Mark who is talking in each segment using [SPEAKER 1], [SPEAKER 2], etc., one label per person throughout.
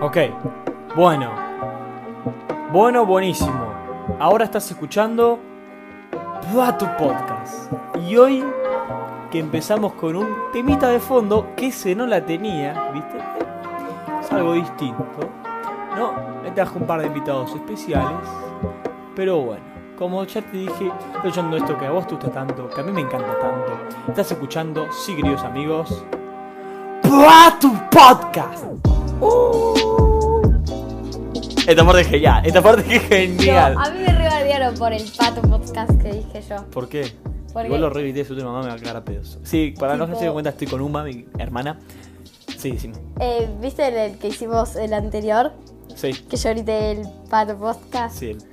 [SPEAKER 1] Ok, bueno. Bueno, buenísimo. Ahora estás escuchando Pua tu podcast. Y hoy que empezamos con un temita de fondo que se no la tenía, ¿viste? Es algo distinto. No, me trajo un par de invitados especiales. Pero bueno, como ya te dije, estoy escuchando esto que a vos te gusta tanto, que a mí me encanta tanto. Estás escuchando, sí, queridos amigos. Pua tu podcast. Esta parte es Este genial, esta parte es genial.
[SPEAKER 2] No, a mí me rebardearon por el pato podcast que dije yo.
[SPEAKER 1] ¿Por qué?
[SPEAKER 2] Porque-
[SPEAKER 1] Igual lo reedité su última mamá me va a cagar a pedos. Sí, para no
[SPEAKER 2] Tipo-
[SPEAKER 1] hacerse cuenta estoy con Uma, mi hermana. Sí, sí.
[SPEAKER 2] Eh, ¿Viste el, el que hicimos el anterior?
[SPEAKER 1] Sí,
[SPEAKER 2] Que yo grité el pato podcast.
[SPEAKER 1] sí. el-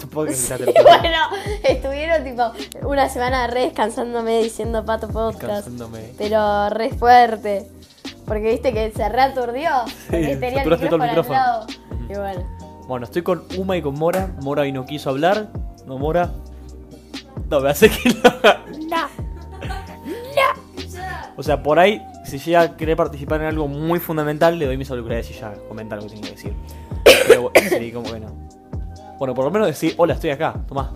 [SPEAKER 1] Tu podcast está
[SPEAKER 2] Sí, bueno, estuvieron tipo una semana re descansándome diciendo pato podcast.
[SPEAKER 1] cansándome.
[SPEAKER 2] Pero re fuerte. Porque viste que se reaturdió. Porque tenía el
[SPEAKER 1] saturaste todo
[SPEAKER 2] micrófono,
[SPEAKER 1] el
[SPEAKER 2] al lado.
[SPEAKER 1] Ujú.
[SPEAKER 2] Y bueno.
[SPEAKER 1] Bueno, estoy con Uma y con Mora. Mora hoy no quiso hablar. No, Mora. No, me hace que no. O sea, por ahí, si llega a querer participar en algo muy fundamental, le doy mis auriculares y ya comenta lo que tiene que decir. Pero bueno, sí, como que no. Bueno, por lo menos decir, hola, estoy acá, tomá.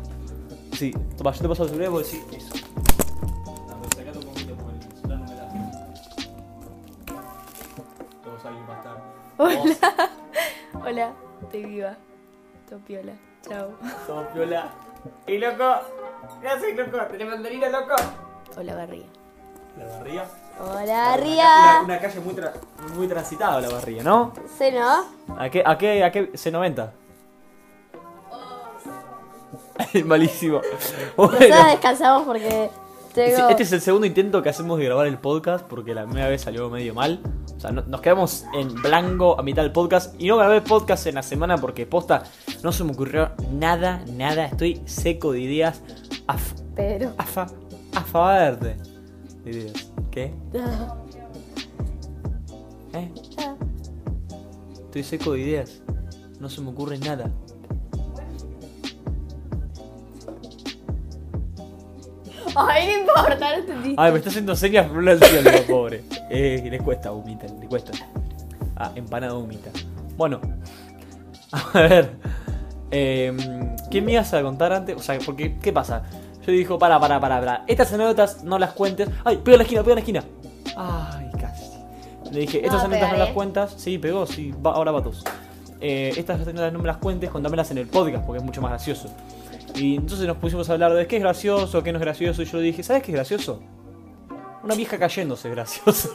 [SPEAKER 1] Sí, tomá, yo te paso el celular y vos decís eso. Ah,
[SPEAKER 2] Hola. Oh. Hola, estoy viva. Topiola. Chao.
[SPEAKER 1] Somos piola. ¡Y loco! ¡Gracias, loco! ¡Tenés mandarina, loco!
[SPEAKER 2] Hola, Barría.
[SPEAKER 1] La barriga.
[SPEAKER 2] Hola,
[SPEAKER 1] Una,
[SPEAKER 2] Barría.
[SPEAKER 1] una calle muy, tra- muy transitada, la barriga, ¿no?
[SPEAKER 2] ¿Sí, no?
[SPEAKER 1] ¿A qué, a qué, a qué C90? Malísimo.
[SPEAKER 2] Nosotros
[SPEAKER 1] Bueno,
[SPEAKER 2] descansamos porque
[SPEAKER 1] sí,
[SPEAKER 2] tengo...
[SPEAKER 1] este es el segundo intento que hacemos de grabar el podcast porque la primera vez salió medio mal. O sea, no- nos quedamos en blanco a mitad del podcast y no grabé el podcast en la semana porque posta no se me ocurrió nada, nada. Estoy seco de ideas. Af,
[SPEAKER 2] Pero...
[SPEAKER 1] afa, afa verde. De ideas. ¿Qué? ¿Eh? Estoy seco de ideas. No se me ocurre nada.
[SPEAKER 2] Ay, no importa, no entendí.
[SPEAKER 1] Ay, Ah, me está haciendo señas por una cielo, pobre. Eh, le cuesta humita, le cuesta. Ah, empanada humita. Bueno, a ver. eh, ¿Qué me ibas a contar antes? O sea, porque, ¿qué pasa? Yo dijo, para, para, para, para. Estas anécdotas no las cuentes. Ay, pego en la esquina, pego en la esquina. Ay, casi. Le dije, estas
[SPEAKER 2] No,
[SPEAKER 1] anécdotas no
[SPEAKER 2] pegaré.
[SPEAKER 1] las cuentas. Sí, pegó, sí, va- ahora va tus. Eh, estas anécdotas no me las cuentes, contámelas en el podcast porque es mucho más gracioso. Y entonces nos pusimos a hablar de qué es gracioso, qué no es gracioso. Y yo le dije, ¿sabes qué es gracioso? Una vieja cayéndose es gracioso.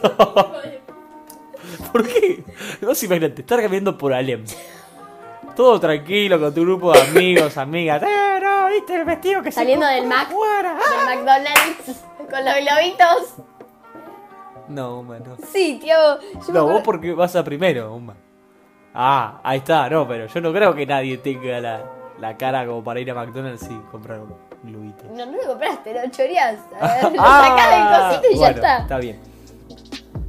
[SPEAKER 1] ¿Por qué? Vos imagínate, estar caminando por Alem. Todo tranquilo con tu grupo de amigos, amigas. ¡Eh, no! ¿Viste el vestido que
[SPEAKER 2] Saliendo
[SPEAKER 1] se
[SPEAKER 2] del
[SPEAKER 1] puso
[SPEAKER 2] Mac.
[SPEAKER 1] afuera? ¡Ah!
[SPEAKER 2] Del McDonald's con los globitos.
[SPEAKER 1] No, Uma, no.
[SPEAKER 2] Sí, tío. yo me
[SPEAKER 1] No, vos
[SPEAKER 2] acuerdo-
[SPEAKER 1] porque vas a primero, Uma. Ah, ahí está, no, pero yo no creo que nadie tenga la, la cara como para ir a McDonald's y comprar un globito.
[SPEAKER 2] No, no lo compraste, lo choreás. A ver, Eh, Lo
[SPEAKER 1] Ah,
[SPEAKER 2] sacás del cosito y
[SPEAKER 1] bueno,
[SPEAKER 2] ya está.
[SPEAKER 1] Está bien.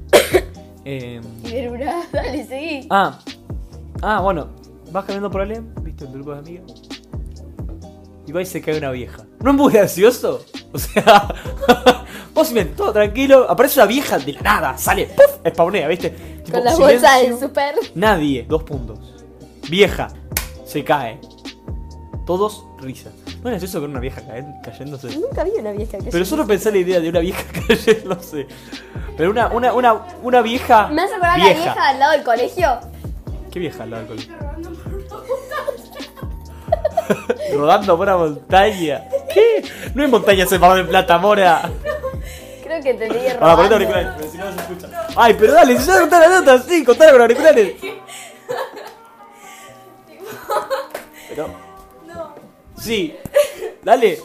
[SPEAKER 1] Em,
[SPEAKER 2] Y verurá, dale, seguí.
[SPEAKER 1] ah, ah, bueno, vas caminando por Alem, viste el grupo de amigas. Y va y se cae una vieja. ¿No es muy gracioso? O sea, vos ven todo tranquilo, aparece una vieja de la nada, sale, ¡puf! Spawnea, viste. Tipo,
[SPEAKER 2] Con las
[SPEAKER 1] silencio.
[SPEAKER 2] bolsas del super.
[SPEAKER 1] Nadie, dos puntos. Vieja, se cae. Todos risa. ¿No es gracioso ver una vieja caen- cayéndose?
[SPEAKER 2] Nunca vi una vieja que
[SPEAKER 1] Pero
[SPEAKER 2] se-
[SPEAKER 1] solo pensé la idea de una vieja cayéndose. Pero una, una, una, una vieja.
[SPEAKER 2] Me hace acordar la vieja al lado del colegio.
[SPEAKER 1] ¿Qué vieja al lado del colegio? Rodando por una montaña. ¿Qué? No hay montañas en Mar del Plata, mora.
[SPEAKER 2] Creo que te leí
[SPEAKER 1] Ahora ponete auriculares,
[SPEAKER 2] robando.
[SPEAKER 1] pero si no no se escucha. Ay, pero dale, si ya contar la nota, sí, contala con auriculares. Pero. Sí. Dale.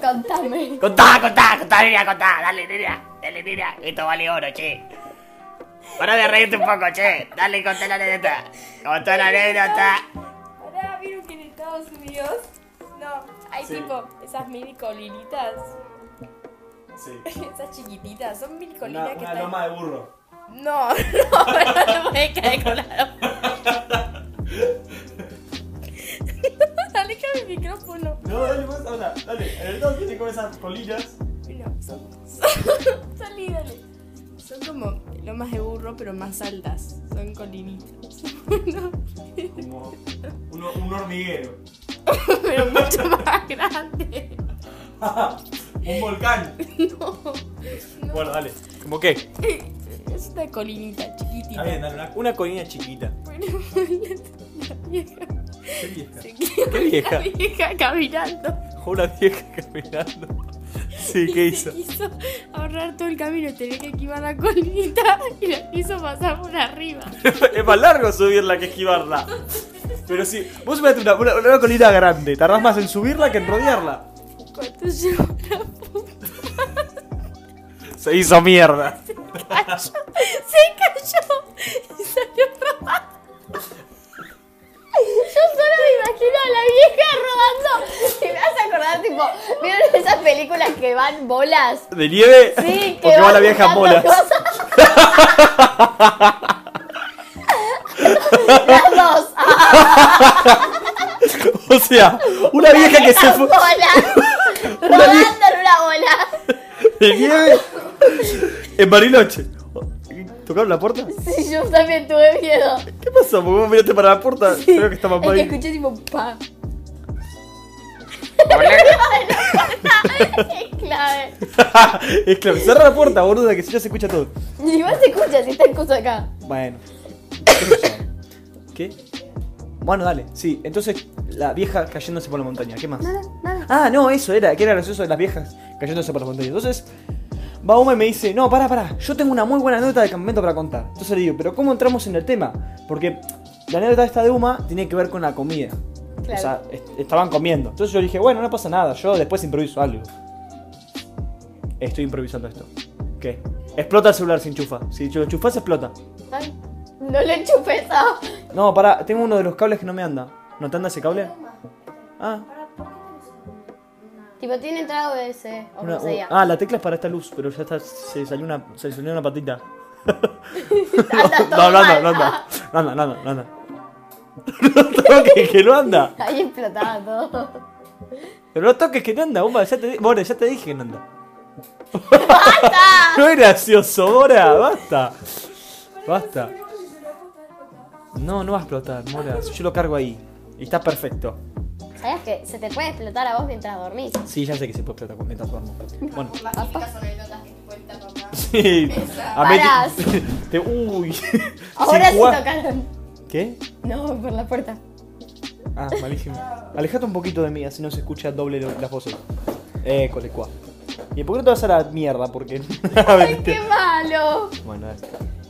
[SPEAKER 2] Contame.
[SPEAKER 1] Contá, contá, contá, niña, contá. Dale, niña. Dale, niña. Esto vale oro, che. Para de reírte un poco, che. Dale, contá la anécdota. Contá la anécdota.
[SPEAKER 3] Ahora vieron que en Estados Unidos no hay
[SPEAKER 1] Sí.
[SPEAKER 3] tipo esas mini colinitas,
[SPEAKER 1] Sí.
[SPEAKER 3] esas chiquititas, son mini colinas que están.
[SPEAKER 1] de burro.
[SPEAKER 3] No, no, pero no me caer con la Aleja mi micrófono.
[SPEAKER 1] No, dale, más habla. Dale. En el dos tiene como esas colinas.
[SPEAKER 3] No, son. son- Salí, dale. Son como lo más de burro, pero más altas. Son colinitas.
[SPEAKER 1] Como un, un hormiguero.
[SPEAKER 3] pero mucho más grande.
[SPEAKER 1] un volcán.
[SPEAKER 3] No,
[SPEAKER 1] Bueno, dale. ¿Cómo qué?
[SPEAKER 3] es una colinita
[SPEAKER 1] Está
[SPEAKER 3] chiquitita.
[SPEAKER 1] bien, dale una, una colina chiquita.
[SPEAKER 3] Bueno, la vieja
[SPEAKER 1] Qué vieja.
[SPEAKER 3] se quedó
[SPEAKER 1] Qué vieja.
[SPEAKER 3] la vieja caminando.
[SPEAKER 1] Una vieja caminando. Sí, ¿qué
[SPEAKER 3] Y
[SPEAKER 1] hizo?
[SPEAKER 3] Se quiso ahorrar todo el camino, tenía que esquivar la colinita y la quiso pasar por arriba.
[SPEAKER 1] es más largo subirla que esquivarla. Pero sí, vos subiste una, una, una colina grande, tardás más en subirla que en rodearla.
[SPEAKER 3] Cuando llegó la puta,
[SPEAKER 1] Se hizo mierda.
[SPEAKER 3] cayó, se cayó y salió rodando.
[SPEAKER 2] Yo solo me imagino a la vieja rodando. Y me vas a acordar, tipo, ¿vieron esas películas que van bolas?
[SPEAKER 1] ¿De nieve?
[SPEAKER 2] Sí, que
[SPEAKER 1] Porque va
[SPEAKER 2] van
[SPEAKER 1] la vieja en
[SPEAKER 2] juntando
[SPEAKER 1] bolas.
[SPEAKER 2] cosas. Las dos. Ah,
[SPEAKER 1] O sea, una vieja que se fue
[SPEAKER 2] bolas. Rodando en una bola.
[SPEAKER 1] de nieve en Bariloche. ¿Tocaron la puerta?
[SPEAKER 2] Sí, yo también tuve miedo.
[SPEAKER 1] ¿Qué pasó? ¿Por qué vos miraste para la puerta? Creo que está mamá
[SPEAKER 2] Es que
[SPEAKER 1] ahí.
[SPEAKER 2] escuché tipo, pa. Es clave.
[SPEAKER 1] es claro, cerra la puerta, boluda, que si ya se escucha todo.
[SPEAKER 2] Ni igual se escucha si está el coso acá.
[SPEAKER 1] Bueno. ¿Qué sé yo? ¿Qué? Bueno, dale. Sí, entonces la vieja cayéndose por la montaña. ¿Qué más?
[SPEAKER 2] Nada, nada.
[SPEAKER 1] Ah, no, eso era, que era gracioso de las viejas cayéndose por la montaña. Entonces, va Uma y me dice, no, pará, pará, yo tengo una muy buena anécdota de campamento para contar. Entonces le digo, pero ¿cómo entramos en el tema? Porque la anécdota esta de Uma tiene que ver con la comida. O
[SPEAKER 2] Claro.
[SPEAKER 1] sea, est- estaban comiendo. Entonces yo dije, bueno, no pasa nada, yo después improviso algo. Estoy improvisando esto. ¿Qué? Explota el celular sin enchufa. Si lo enchufas, explota.
[SPEAKER 2] Ay, no le enchufes a.
[SPEAKER 1] No, pará, tengo uno de los cables que no me anda. ¿No te anda ese cable? Ah,
[SPEAKER 2] Tipo, tiene entrada USB. O
[SPEAKER 1] Una-
[SPEAKER 2] como se
[SPEAKER 1] u-
[SPEAKER 2] llama.
[SPEAKER 1] ah, la tecla es para esta luz, pero ya está, se salió una, se salió una patita.
[SPEAKER 2] Anda
[SPEAKER 1] no,
[SPEAKER 2] todo
[SPEAKER 1] no anda,
[SPEAKER 2] mal.
[SPEAKER 1] no anda, no anda, no anda, no anda. No toques que no anda.
[SPEAKER 2] Ahí explotaba todo.
[SPEAKER 1] Pero no toques que no anda, bomba, ya te, di- Bora, ya te dije que no anda. ¡Basta! no es gracioso, Bora, basta. Basta. No, no va a explotar, Mora. Yo lo cargo ahí. Y está perfecto.
[SPEAKER 2] ¿Sabías que se te puede explotar a vos mientras dormís?
[SPEAKER 1] Sí, ya sé que se puede explotar con mientras duermo. Bueno.
[SPEAKER 2] Papá.
[SPEAKER 1] Sí. A
[SPEAKER 2] Parás.
[SPEAKER 1] te, te- uy.
[SPEAKER 2] Ahora
[SPEAKER 1] Si
[SPEAKER 2] sí
[SPEAKER 1] jugás-
[SPEAKER 2] tocaron.
[SPEAKER 1] ¿Qué?
[SPEAKER 2] No, por la puerta.
[SPEAKER 1] Ah, malísimo. Alejate un poquito de mí, así no se escucha doble lo- las voces. Eh, colecua. ¿Y por qué no te vas a la mierda? Porque.
[SPEAKER 2] Ay, qué malo.
[SPEAKER 1] bueno, a ver.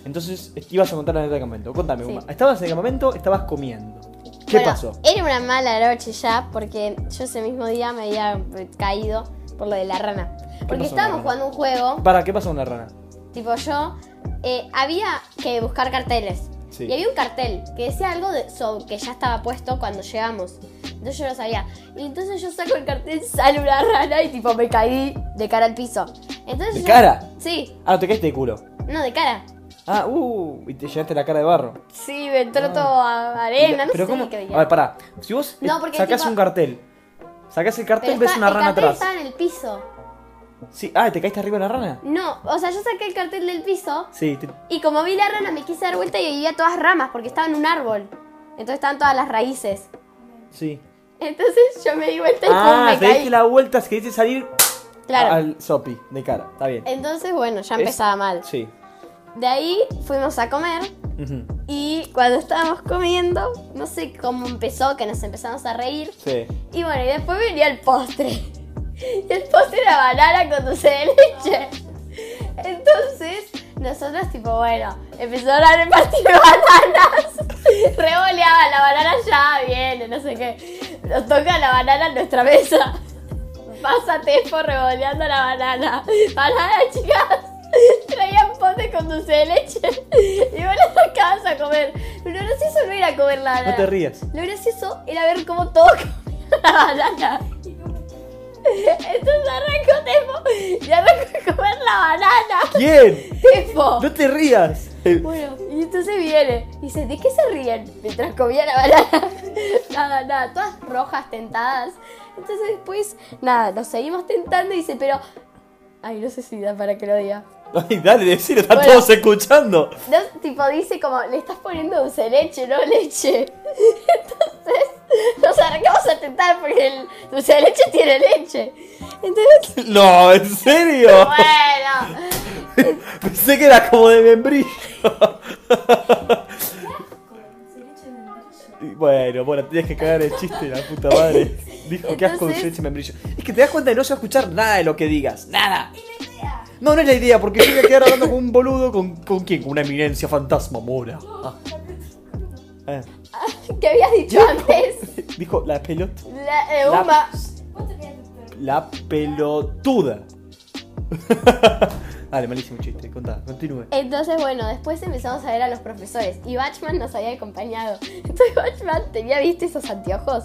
[SPEAKER 1] Entonces, es- ibas a contar la neta de campamento. Contame,
[SPEAKER 2] Sí.
[SPEAKER 1] Uma. Estabas en el campamento, estabas comiendo. ¿Qué
[SPEAKER 2] Bueno,
[SPEAKER 1] pasó?
[SPEAKER 2] Era una mala noche ya, porque yo ese mismo día me había eh, caído por lo de la rana. Porque
[SPEAKER 1] pasó con la
[SPEAKER 2] estábamos
[SPEAKER 1] rana?
[SPEAKER 2] jugando un juego.
[SPEAKER 1] Para, ¿qué pasó con la rana?
[SPEAKER 2] Tipo yo, eh, había que buscar carteles.
[SPEAKER 1] Sí.
[SPEAKER 2] Y había un cartel que decía algo de, so- que ya estaba puesto cuando llegamos. Entonces yo lo sabía. Y entonces yo saco el cartel, sale una rana y tipo me caí de cara al piso. Entonces
[SPEAKER 1] ¿De
[SPEAKER 2] yo-
[SPEAKER 1] cara?
[SPEAKER 2] Sí,
[SPEAKER 1] Ah, te caíste de culo.
[SPEAKER 2] no, de cara.
[SPEAKER 1] Ah, uh, y te llenaste la cara de barro.
[SPEAKER 2] Sí, me entró
[SPEAKER 1] Ah.
[SPEAKER 2] todo a arena, Eh, no
[SPEAKER 1] pero
[SPEAKER 2] sé
[SPEAKER 1] ¿cómo?
[SPEAKER 2] qué creía.
[SPEAKER 1] A ver, pará. Si vos
[SPEAKER 2] No,
[SPEAKER 1] eh,
[SPEAKER 2] porque
[SPEAKER 1] sacás
[SPEAKER 2] tipo-
[SPEAKER 1] un cartel, sacás el cartel,
[SPEAKER 2] Pero
[SPEAKER 1] ves
[SPEAKER 2] está-
[SPEAKER 1] una rana
[SPEAKER 2] el cartel
[SPEAKER 1] atrás.
[SPEAKER 2] estaba en el piso.
[SPEAKER 1] Sí, ah, ¿te caíste arriba de la rana?
[SPEAKER 2] No, o sea, yo saqué el cartel del piso
[SPEAKER 1] Sí, te-
[SPEAKER 2] y como vi la rana me quise dar vuelta y vi a todas ramas porque estaba en un árbol. Entonces estaban todas las raíces.
[SPEAKER 1] sí.
[SPEAKER 2] Entonces yo me di vuelta y pum,
[SPEAKER 1] Ah,
[SPEAKER 2] me
[SPEAKER 1] te
[SPEAKER 2] caí.
[SPEAKER 1] diste la vuelta, queriste salir
[SPEAKER 2] Claro.
[SPEAKER 1] al sopi de cara. Está bien.
[SPEAKER 2] Entonces, bueno, ya
[SPEAKER 1] Es-
[SPEAKER 2] empezaba mal.
[SPEAKER 1] Sí.
[SPEAKER 2] De ahí fuimos a comer
[SPEAKER 1] Ujú.
[SPEAKER 2] y cuando estábamos comiendo, no sé cómo empezó, que nos empezamos a reír.
[SPEAKER 1] Sí.
[SPEAKER 2] Y bueno, y después venía el postre. Y el postre era banana con dulce de leche. Entonces, nosotros tipo, bueno, empezaron a repartir bananas. Revoleaban, la banana ya viene, no sé qué. Nos toca la banana en nuestra mesa. Pasa Tefo revoleando la banana. Banana, chicas. Traían pote con dulce de leche. Y vos la sacabas a comer. Lo gracioso no era comer la banana.
[SPEAKER 1] No te rías.
[SPEAKER 2] Lo gracioso era ver cómo todo comía la banana. Entonces arrancó Tefo y arrancó a comer la banana.
[SPEAKER 1] ¿Quién?
[SPEAKER 2] Tefo.
[SPEAKER 1] No te rías. Eh,
[SPEAKER 2] Bueno, y entonces viene y dice, ¿de qué se ríen? Mientras comía la banana. nada, nada, todas rojas tentadas. Entonces después, nada, nos seguimos tentando y dice, pero... Ay, no sé si da para que lo diga.
[SPEAKER 1] Ay, dale, decilo, están
[SPEAKER 2] Bueno.
[SPEAKER 1] todos escuchando.
[SPEAKER 2] No, tipo, dice como, le estás poniendo dulce de leche, no leche. Entonces, nos arrancamos a tentar porque el dulce de leche tiene leche. Entonces,
[SPEAKER 1] No, ¿en serio?
[SPEAKER 2] bueno.
[SPEAKER 1] Pensé que era como de membrillo. Y Bueno, bueno, tenías que cagar el chiste, la puta madre. Dijo que asco dulce de
[SPEAKER 2] Entonces-
[SPEAKER 1] leche y membrillo. Es que te das cuenta que no se va a escuchar nada de lo que digas. Nada. No, no es la idea, porque yo voy a quedar hablando con un boludo. ¿Con, con quién? Con una eminencia fantasma mora. Ah. Eh,
[SPEAKER 2] ¿Qué habías dicho antes?
[SPEAKER 1] dijo la pelota.
[SPEAKER 2] La, eh,
[SPEAKER 1] La-
[SPEAKER 2] Uma.
[SPEAKER 1] La pelotuda. Dale, malísimo chiste, contá, continúe.
[SPEAKER 2] Entonces, bueno, después empezamos a ver a los profesores y Batchman nos había acompañado. Entonces, Batchman tenía, viste, esos anteojos.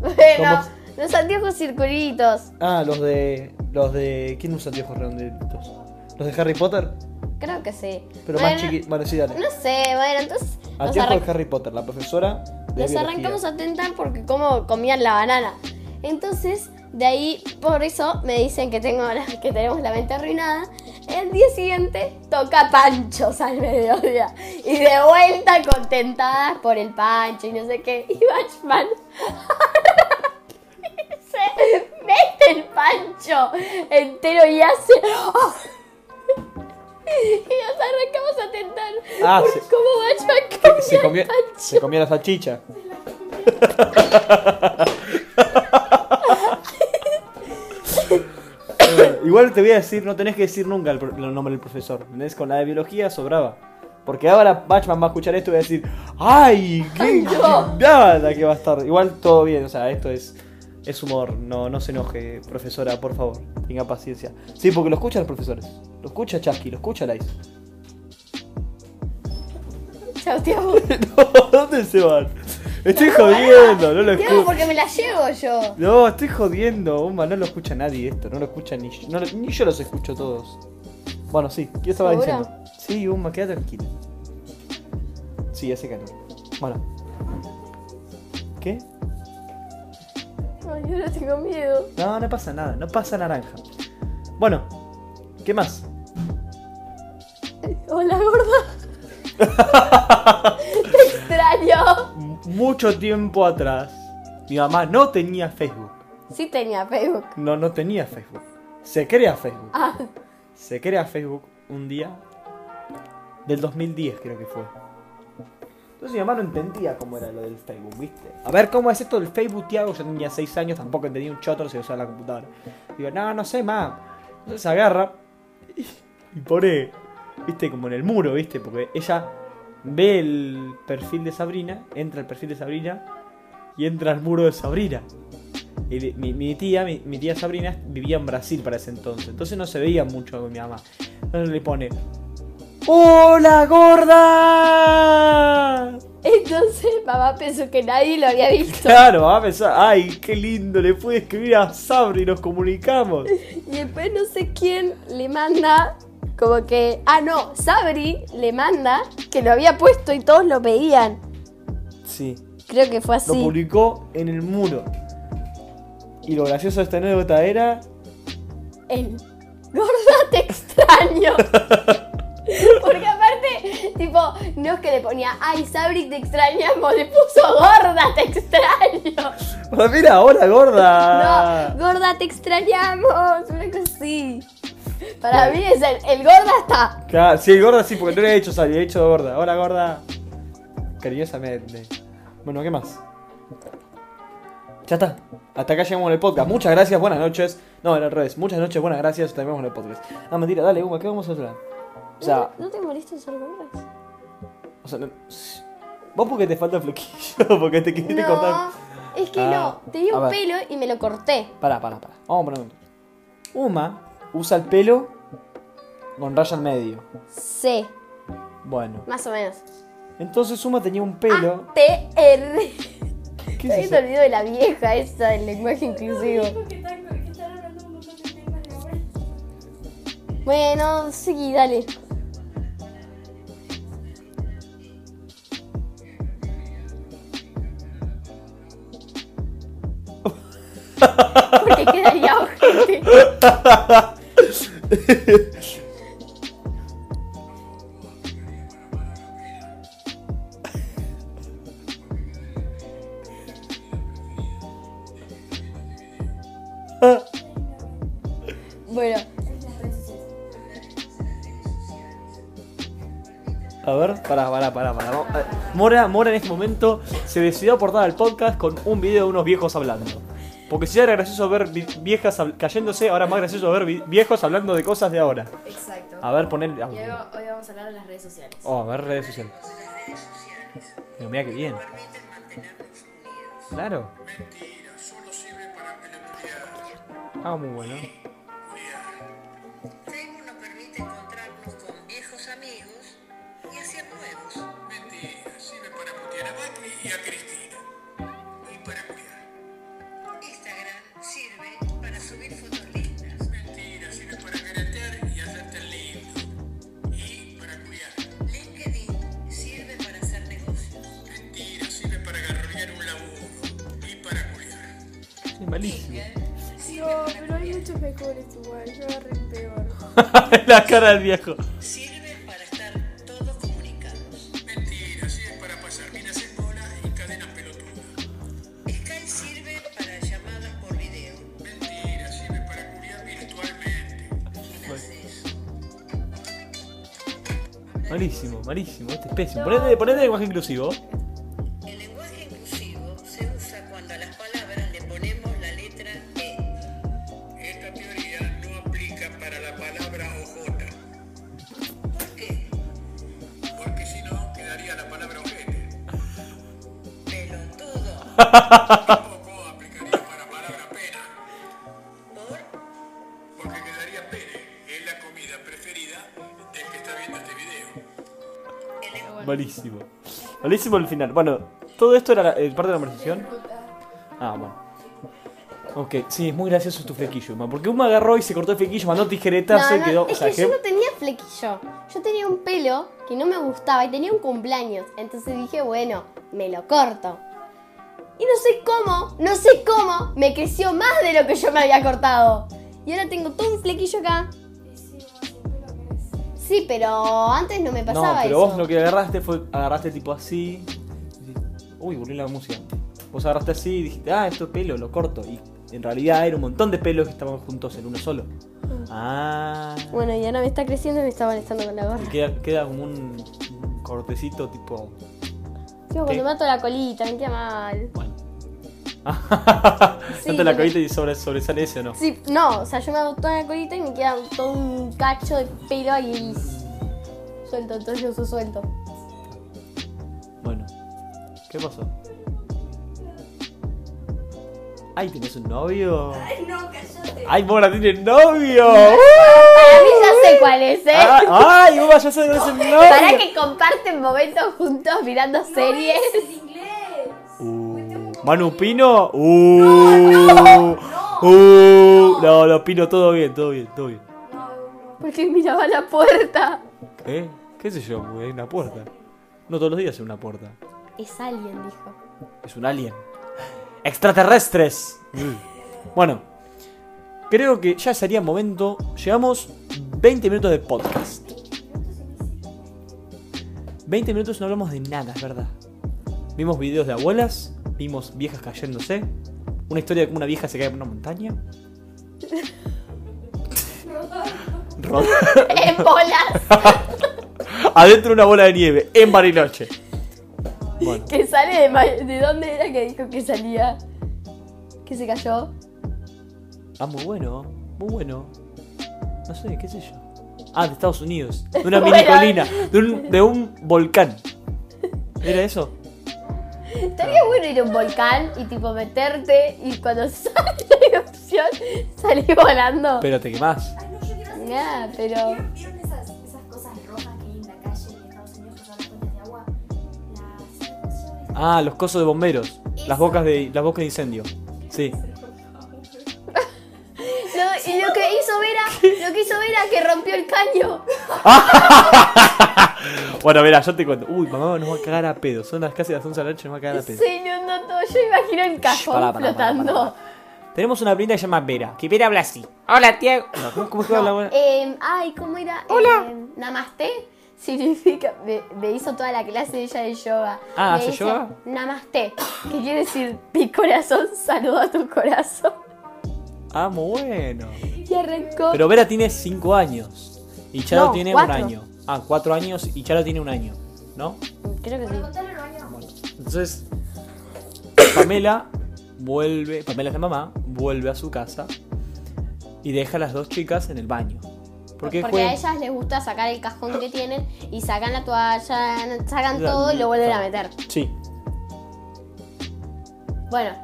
[SPEAKER 2] Bueno,
[SPEAKER 1] ¿Cómo?
[SPEAKER 2] los anteojos circulitos.
[SPEAKER 1] Ah, los de. Los de. ¿Quién usa anteojos redonditos? ¿Los de Harry Potter?
[SPEAKER 2] Creo que sí.
[SPEAKER 1] Pero
[SPEAKER 2] Bueno,
[SPEAKER 1] más chiquitos. Bueno, sí, dale.
[SPEAKER 2] No sé, bueno, entonces nos, arran-
[SPEAKER 1] Anteojos de Harry Potter, la profesora. De
[SPEAKER 2] nos
[SPEAKER 1] biología.
[SPEAKER 2] arrancamos a tentar porque como comían la banana. Entonces, de ahí, por eso me dicen que, tengo la- que tenemos la mente arruinada. El día siguiente toca panchos al mediodía. Y de vuelta contentadas por el pancho y no sé qué. Y Batchman se mete el pancho entero y hace... ¡ah!". Y nos arrancamos a tentar.
[SPEAKER 1] Ah,
[SPEAKER 2] por
[SPEAKER 1] se-
[SPEAKER 2] cómo Batchman comió
[SPEAKER 1] Se comió,
[SPEAKER 2] el pancho.
[SPEAKER 1] se comió la salchicha. Eh, Igual te voy a decir, no tenés que decir nunca el, pro- el nombre del profesor. ¿Entendés? Con la de biología sobraba. Porque ahora Bachman va a escuchar esto y va a decir, ¡ay! ¡Qué
[SPEAKER 2] No.
[SPEAKER 1] nada que va a estar! Igual todo bien, o sea, esto es, es humor. No, no se enoje, profesora, por favor. Tenga paciencia. Sí, porque lo escuchan los profesores. Lo escucha Chasky, lo escucha Lice.
[SPEAKER 2] Chao, Tiago.
[SPEAKER 1] No, ¿dónde se van? Estoy jodiendo, no lo
[SPEAKER 2] Tiago,
[SPEAKER 1] escucho.
[SPEAKER 2] porque me la llevo yo.
[SPEAKER 1] No, estoy jodiendo, Uma, no lo escucha nadie esto, no lo escucha ni yo, no lo- ni yo los escucho todos. Bueno, sí, ¿qué estaba
[SPEAKER 2] ¿Segura?
[SPEAKER 1] diciendo? Sí, Uma, queda tranquila. Sí, hace calor. Bueno. ¿Qué?
[SPEAKER 2] Ay, ahora tengo miedo.
[SPEAKER 1] No, no pasa nada, no pasa naranja. Bueno, ¿qué más?
[SPEAKER 2] Hola, gorda. Te extraño.
[SPEAKER 1] M- Mucho tiempo atrás, mi mamá no tenía Facebook.
[SPEAKER 2] Sí tenía Facebook.
[SPEAKER 1] No, no tenía Facebook. Se crea Facebook.
[SPEAKER 2] Ah,
[SPEAKER 1] Se crea Facebook un día del 2010 creo que fue. Entonces mi mamá no entendía cómo era lo del Facebook, ¿viste? A ver, ¿cómo es esto del Facebook, Tiago? Yo tenía 6 años, tampoco entendía un choto, no se usaba la computadora. Digo, no, no sé, más. Entonces agarra y, y pone, ¿viste? Como en el muro, ¿viste? Porque ella ve el perfil de Sabrina, entra al perfil de Sabrina y entra al muro de Sabrina. Y de- mi, mi tía, mi, mi tía Sabrina vivía en Brasil para ese entonces, entonces no se veía mucho con mi mamá. Entonces le pone, ¡Hola gorda!
[SPEAKER 2] entonces mamá pensó que nadie lo había visto.
[SPEAKER 1] Claro, va a pensar, ¡ay, qué lindo! Le pude escribir a Sabri y nos comunicamos.
[SPEAKER 2] Y después no sé quién le manda. Como que. Ah, no. Sabri le manda que lo había puesto y todos lo veían.
[SPEAKER 1] Sí,
[SPEAKER 2] Creo que
[SPEAKER 1] lo
[SPEAKER 2] fue así.
[SPEAKER 1] publicó en el muro. Y lo gracioso de esta anécdota era...
[SPEAKER 2] El gorda te extraño. Porque aparte, tipo, no es que le ponía, ay, Sabri, te extrañamos, le puso gorda, te extraño.
[SPEAKER 1] Para mí era, ¡Hola gorda!
[SPEAKER 2] No, gorda, te extrañamos, una cosa así. Para mí es el, el gorda está.
[SPEAKER 1] Claro, sí, gorda sí, porque no le he hecho Sabri, le he hecho gorda. ¡Hola gorda! Cariñosamente. Bueno, ¿qué más? Ya está. Hasta acá llegamos en el podcast. Muchas gracias, buenas noches. No, era al revés. Muchas noches, buenas gracias. Terminamos el podcast. Ah, mentira, dale, Uma, ¿qué vamos a hablar? O sea,
[SPEAKER 2] ¿No te molesta usar gordas?
[SPEAKER 1] O sea, no- vos porque te falta flequillo, porque te quisiste cortar.
[SPEAKER 2] No, es que
[SPEAKER 1] Ah,
[SPEAKER 2] no, tenía
[SPEAKER 1] a ver.
[SPEAKER 2] un pelo y me lo corté.
[SPEAKER 1] Pará, pará, pará. Vamos a poner un ejemplo. Uma usa el pelo con raya en medio.
[SPEAKER 2] Sí,
[SPEAKER 1] Bueno,
[SPEAKER 2] más o menos.
[SPEAKER 1] entonces Uma tenía un pelo.
[SPEAKER 2] Ah, TR.
[SPEAKER 1] ¿Qué es
[SPEAKER 2] Todavía
[SPEAKER 1] eso?
[SPEAKER 2] se olvidó de la vieja esa del lenguaje inclusivo. Bueno, sí, dale. Porque quedaría ojete. Bueno,
[SPEAKER 1] A ver, pará, pará, pará, pará. Vamos- eh, Mora, Mora en este momento se decidió aportar al podcast con un video de unos viejos hablando. Porque si ya era gracioso ver vi- viejas habl- cayéndose, ahora es más gracioso ver vi- viejos hablando de cosas de ahora.
[SPEAKER 3] Exacto.
[SPEAKER 1] A ver, poner.
[SPEAKER 3] Y hoy, va- hoy vamos a hablar de las redes sociales.
[SPEAKER 1] Oh, a ver redes sociales. Pero mira que bien. Claro. Ah, muy bueno.
[SPEAKER 4] Facebook nos permite encontrarnos con viejos amigos y hacer nuevos. Mentira, sirve para putear a Macri y a Cristina. Y para cuidar. Instagram sirve para subir fotos lindas. Mentira, sirve para caretear y hacerte el lindo. Y para cuidar. LinkedIn sirve para hacer negocios. Mentira, sirve para garronear un laburo. Y para cuidar.
[SPEAKER 1] Es malísimo.
[SPEAKER 3] No, oh, pero hay muchos mejores igual. Yo agarré el peor.
[SPEAKER 1] La cara del viejo.
[SPEAKER 4] Sirve para estar todos comunicados. Mentira, sirve para pasar minas en bola y cadenas pelotudas. Skype sirve para llamadas por video. Mentira, sirve para curiar virtualmente.
[SPEAKER 1] Malísimo, malísimo. Este es pésimo. Ponete, ponete lenguaje inclusivo.
[SPEAKER 4] El lenguaje inclusivo se usa cuando a las palabras le ponemos la letra E. Esta teoría no aplica para la palabra ojota. ¿Por qué? Porque si no, quedaría la palabra ojete. Pelotudo. Tampoco aplicaría para palabra pena. ¿Por? Porque quedaría pene. Es la comida preferida del que está viendo este video.
[SPEAKER 1] Malísimo. Malísimo el final. Bueno, todo esto era la- eh, parte de la conversación. Ah, bueno. Ok, sí, es muy gracioso tu flequillo, man, Porque uno agarró y se cortó el flequillo, mandó tijeretazo
[SPEAKER 2] no,
[SPEAKER 1] y
[SPEAKER 2] no,
[SPEAKER 1] quedó.
[SPEAKER 2] es
[SPEAKER 1] o sea,
[SPEAKER 2] que yo no tenía flequillo. Yo tenía un pelo que no me gustaba y tenía un cumpleaños. Entonces dije, bueno, me lo corto. Y no sé cómo, no sé cómo, me creció más de lo que yo me había cortado. Y ahora tengo todo un flequillo acá. Sí, pero antes no me
[SPEAKER 1] No,
[SPEAKER 2] pasaba
[SPEAKER 1] pero
[SPEAKER 2] eso.
[SPEAKER 1] vos lo que agarraste fue. Agarraste tipo así. Uy, volví la música. Vos agarraste así y dijiste, ah, esto es pelo, lo corto. Y en realidad era un montón de pelos que estaban juntos en uno solo. Ah.
[SPEAKER 2] Bueno, y ahora me está creciendo y me está molestando con la
[SPEAKER 1] Y
[SPEAKER 2] gorra.
[SPEAKER 1] queda, queda como un, un cortecito tipo. ¿Qué?
[SPEAKER 2] Yo cuando mato la colita, me queda mal.
[SPEAKER 1] Bueno.
[SPEAKER 2] Sí,
[SPEAKER 1] no te la
[SPEAKER 2] porque-
[SPEAKER 1] cogiste y sobre, sobresale ese o no.
[SPEAKER 2] Sí, no, o sea, yo me hago toda la colita y me queda todo un cacho de pelo ahí suelto, entonces yo uso suelto.
[SPEAKER 1] Bueno, ¿qué pasó? Ay, ¿tenés un novio? Ay, no, cállate. Ay, Mora tiene novio.
[SPEAKER 2] Para mí ya sé cuál es, ¿eh?
[SPEAKER 1] Ah, Ay, Mora ya sé que tenés un
[SPEAKER 2] Para
[SPEAKER 1] novio.
[SPEAKER 2] que comparten momentos juntos mirando series.
[SPEAKER 1] Uh, Manu Pino. Uh, no, uh, no, no, Pino, todo bien, todo bien, todo bien.
[SPEAKER 2] Porque miraba la puerta.
[SPEAKER 1] ¿Qué? ¿Eh? ¿Qué sé yo? Hay una puerta. No todos los días hay una puerta.
[SPEAKER 2] Es alguien, dijo.
[SPEAKER 1] Es un alien. Extraterrestres. Bueno, creo que ya sería momento. Llevamos 20 minutos de podcast. 20 minutos no hablamos de nada, es verdad. Vimos videos de abuelas, vimos viejas cayéndose, una historia de cómo una vieja se cae por una montaña. Rodando.
[SPEAKER 2] ¡En bolas!
[SPEAKER 1] Adentro de una bola de nieve, en Bariloche. Bueno,
[SPEAKER 2] Que sale de... ma- ¿De dónde era que dijo que salía? Que se cayó.
[SPEAKER 1] ah, muy bueno, muy bueno. No sé, qué sé yo. Ah, de Estados Unidos, de una mini
[SPEAKER 2] Bueno.
[SPEAKER 1] colina, de un, de un volcán. ¿Era eso?
[SPEAKER 2] Estaría bueno ir a un volcán y tipo meterte y cuando sale la erupción salir volando.
[SPEAKER 1] Pero te quemás.
[SPEAKER 5] Ay, no, yo quiero hacer
[SPEAKER 2] Nah,
[SPEAKER 5] eso.
[SPEAKER 2] pero-
[SPEAKER 5] ¿Vieron- ¿Vieron esas, esas cosas rojas que hay en la calle en Estados Unidos que son las fuentes de agua? Las.
[SPEAKER 1] Ah, los cosos de bomberos. Las
[SPEAKER 5] Eso.
[SPEAKER 1] bocas de, las bocas de incendio. Sí.
[SPEAKER 2] No, y lo que hizo Vera, lo que hizo Vera que rompió el caño.
[SPEAKER 1] Bueno, mira, yo te cuento. Uy, mamá nos va a cagar a pedo. Son las casi las 11 de la noche, nos va a cagar a pedo.
[SPEAKER 2] Se inundó todo. Yo imagino el
[SPEAKER 1] Shh, pará,
[SPEAKER 2] cajón
[SPEAKER 1] pará, pará,
[SPEAKER 2] flotando.
[SPEAKER 1] pará, pará. Tenemos una prima que se llama Vera, que Vera habla así. Hola, Tiago. No, ¿cómo, cómo es que habla? Vera?
[SPEAKER 2] Eh, ay, ¿cómo era? Hola. namaste significa. Me, me hizo toda la clase ella de yoga.
[SPEAKER 1] Ah,
[SPEAKER 2] Me
[SPEAKER 1] ¿hace
[SPEAKER 2] dice,
[SPEAKER 1] yoga?
[SPEAKER 2] Namaste. Que quiere decir mi corazón saluda a tu corazón.
[SPEAKER 1] Ah, muy bueno.
[SPEAKER 2] Y arrancó.
[SPEAKER 1] Pero Vera tiene 5 años. Y Charo
[SPEAKER 2] No,
[SPEAKER 1] tiene
[SPEAKER 2] cuatro.
[SPEAKER 1] un año. Ah, 4 años y Charo tiene un año. ¿No?
[SPEAKER 2] Creo que sí.
[SPEAKER 5] Pero contale los años.
[SPEAKER 1] Entonces, Pamela vuelve, Pamela es la mamá, vuelve a su casa y deja a las dos chicas en el baño. Porque,
[SPEAKER 2] Porque
[SPEAKER 1] juegan-
[SPEAKER 2] a ellas les gusta sacar el cajón que tienen y sacan la toalla, sacan
[SPEAKER 1] La-
[SPEAKER 2] todo y lo vuelven a
[SPEAKER 1] todo.
[SPEAKER 2] meter.
[SPEAKER 1] Sí,
[SPEAKER 2] Bueno,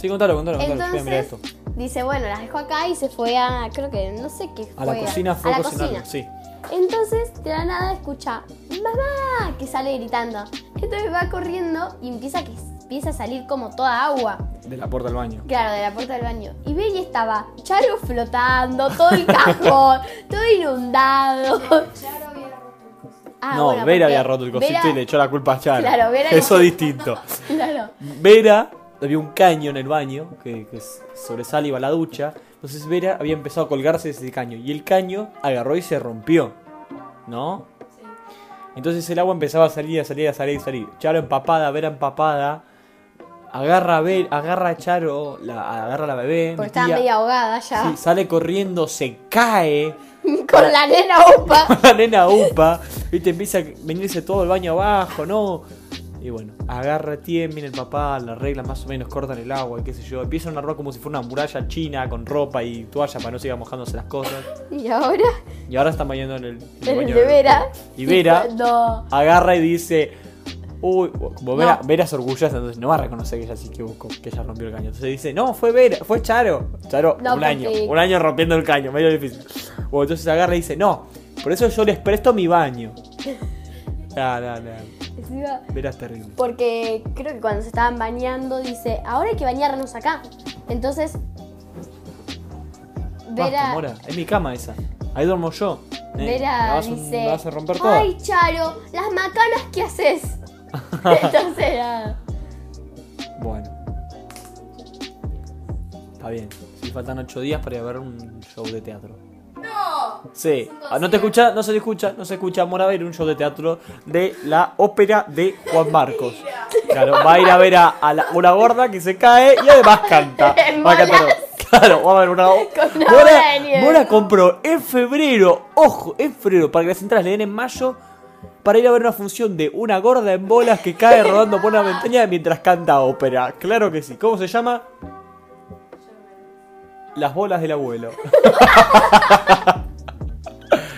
[SPEAKER 1] sí, contalo, contalo, contalo. Espera, mira
[SPEAKER 2] entonces
[SPEAKER 1] esto.
[SPEAKER 2] dice, bueno, las dejó acá y se fue a, creo que, no sé qué fue.
[SPEAKER 1] A la cocina fue
[SPEAKER 2] a la
[SPEAKER 1] cocinando,
[SPEAKER 2] cocina.
[SPEAKER 1] sí.
[SPEAKER 2] Entonces, de la nada escucha, mamá, que sale gritando. Entonces va corriendo y empieza, que, empieza a salir como toda agua.
[SPEAKER 1] De la puerta al baño.
[SPEAKER 2] Claro, de la puerta del baño. Y ve y estaba Charo flotando, todo el cajón, todo inundado.
[SPEAKER 5] Charo había roto el coso.
[SPEAKER 2] Ah,
[SPEAKER 1] no,
[SPEAKER 2] bueno,
[SPEAKER 1] Vera
[SPEAKER 2] porque
[SPEAKER 1] había roto el cosito
[SPEAKER 2] Vera-
[SPEAKER 1] y le echó la culpa a Charo.
[SPEAKER 2] Claro, Vera-
[SPEAKER 1] Eso es distinto.
[SPEAKER 2] Claro.
[SPEAKER 1] Vera había un caño en el baño que, que s- sobresale y va a la ducha. Entonces Vera había empezado a colgarse de ese caño y el caño agarró y se rompió. ¿No? Entonces el agua empezaba a salir, a salir, a salir, a salir. Charo empapada, Vera empapada. Agarra a, Ver- agarra a Charo, la, agarra a la bebé. mi
[SPEAKER 2] Porque estaba
[SPEAKER 1] tía.
[SPEAKER 2] media ahogada ya.
[SPEAKER 1] Sí, sale corriendo, se cae.
[SPEAKER 2] Con la nena upa.
[SPEAKER 1] la nena upa, viste, empieza a venirse todo el baño abajo, ¿no? Y bueno, agarra, tiempo, viene el papá, la regla más o menos, cortan el agua y qué sé yo. Empiezan a armar como si fuera una muralla china con ropa y toalla para no sigan mojándose las cosas.
[SPEAKER 2] Y ahora,
[SPEAKER 1] Y ahora están bañando en el, en el
[SPEAKER 2] en el
[SPEAKER 1] baño
[SPEAKER 2] de Vera.
[SPEAKER 1] Y Vera
[SPEAKER 2] cuando-
[SPEAKER 1] agarra y dice. Uy, como Vera,
[SPEAKER 2] No.
[SPEAKER 1] Vera es orgullosa, entonces no va a reconocer que ella sí que buscó, que ella rompió el caño. Entonces dice, no, fue Vera, fue Charo. Charo,
[SPEAKER 2] No,
[SPEAKER 1] un año,
[SPEAKER 2] porque-
[SPEAKER 1] un año rompiendo el caño, medio difícil. Bueno, entonces agarra y dice, no, por eso yo les presto mi baño. No, no, no.
[SPEAKER 2] encima,
[SPEAKER 1] Vera es terrible.
[SPEAKER 2] Porque creo que cuando se estaban bañando dice, ahora hay que bañarnos acá. Entonces,
[SPEAKER 1] Basta,
[SPEAKER 2] Vera,
[SPEAKER 1] Mora, es mi cama esa. Ahí duermo yo. Eh, la
[SPEAKER 2] Vera
[SPEAKER 1] vas, a-
[SPEAKER 2] dice,
[SPEAKER 1] la vas a romper toda.
[SPEAKER 2] ay Charo, las macanas que haces. Entonces, ah. nada.
[SPEAKER 1] Bueno. Está bien. Sí, faltan ocho días para ir a ver un show de teatro. ¡No! Sí. Ah, ¿No te escucha? No se te escucha. No se escucha. Mora va a ir a un show de teatro de la ópera de Juan Marcos. Claro, va a ir a ver a, a la- una gorda que se cae y además canta. Va a cantar. Claro, va a ver una...
[SPEAKER 2] una
[SPEAKER 1] Mora,
[SPEAKER 2] bola de nieve.
[SPEAKER 1] Mora compró en febrero, ojo, en febrero, para que las entradas le den en mayo, para ir a ver una función de una gorda en bolas que cae rodando por una montaña mientras canta ópera. Claro que sí. ¿Cómo se llama? Las bolas del abuelo.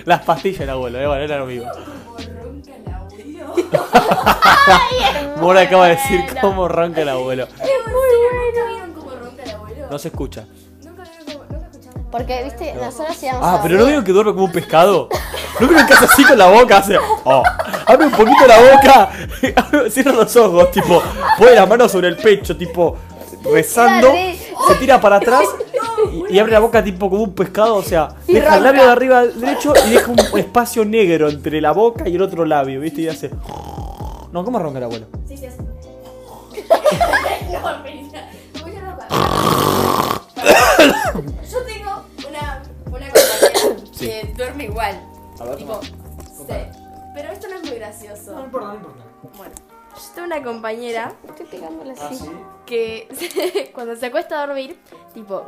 [SPEAKER 1] Las pastillas del abuelo, eh, bueno, era lo mismo.
[SPEAKER 5] Ronca el audio.
[SPEAKER 1] Mora acaba de decir
[SPEAKER 2] bueno.
[SPEAKER 1] cómo ronca el abuelo.
[SPEAKER 5] Es muy bueno. ¿Nunca vieron cómo ronca el abuelo?
[SPEAKER 1] No se escucha.
[SPEAKER 5] Nunca vieron cómo. Nunca escucharon.
[SPEAKER 2] Porque, viste, nosotros íbamos
[SPEAKER 1] Ah,
[SPEAKER 2] a
[SPEAKER 1] pero no
[SPEAKER 2] dormir.
[SPEAKER 1] vieron que duerme como un pescado. No vieron que hace así con la boca, hace. Oh, abre un poquito la boca, cierra los ojos, tipo, pone la mano sobre el pecho, tipo, rezando,
[SPEAKER 2] Dale.
[SPEAKER 1] se tira para atrás y, y abre la boca, tipo, como un pescado, o sea,
[SPEAKER 2] Y
[SPEAKER 1] deja el
[SPEAKER 2] ronca.
[SPEAKER 1] labio de arriba al derecho y deja un espacio negro entre la boca y el otro labio, ¿viste? Y hace. No, ¿cómo ronca el abuelo?
[SPEAKER 5] Sí, sí, así. no, mentira. No voy a ropa.
[SPEAKER 3] Yo tengo una, una compañera
[SPEAKER 1] Sí.
[SPEAKER 3] que duerme igual.
[SPEAKER 1] A ver,
[SPEAKER 3] tipo,
[SPEAKER 1] toma.
[SPEAKER 3] sí. Pero esto no es muy gracioso.
[SPEAKER 1] importa, no importa.
[SPEAKER 3] Bueno, yo tengo una compañera
[SPEAKER 2] Estoy pegándole
[SPEAKER 1] Ah,
[SPEAKER 2] así.
[SPEAKER 3] que se- cuando se acuesta a dormir, tipo,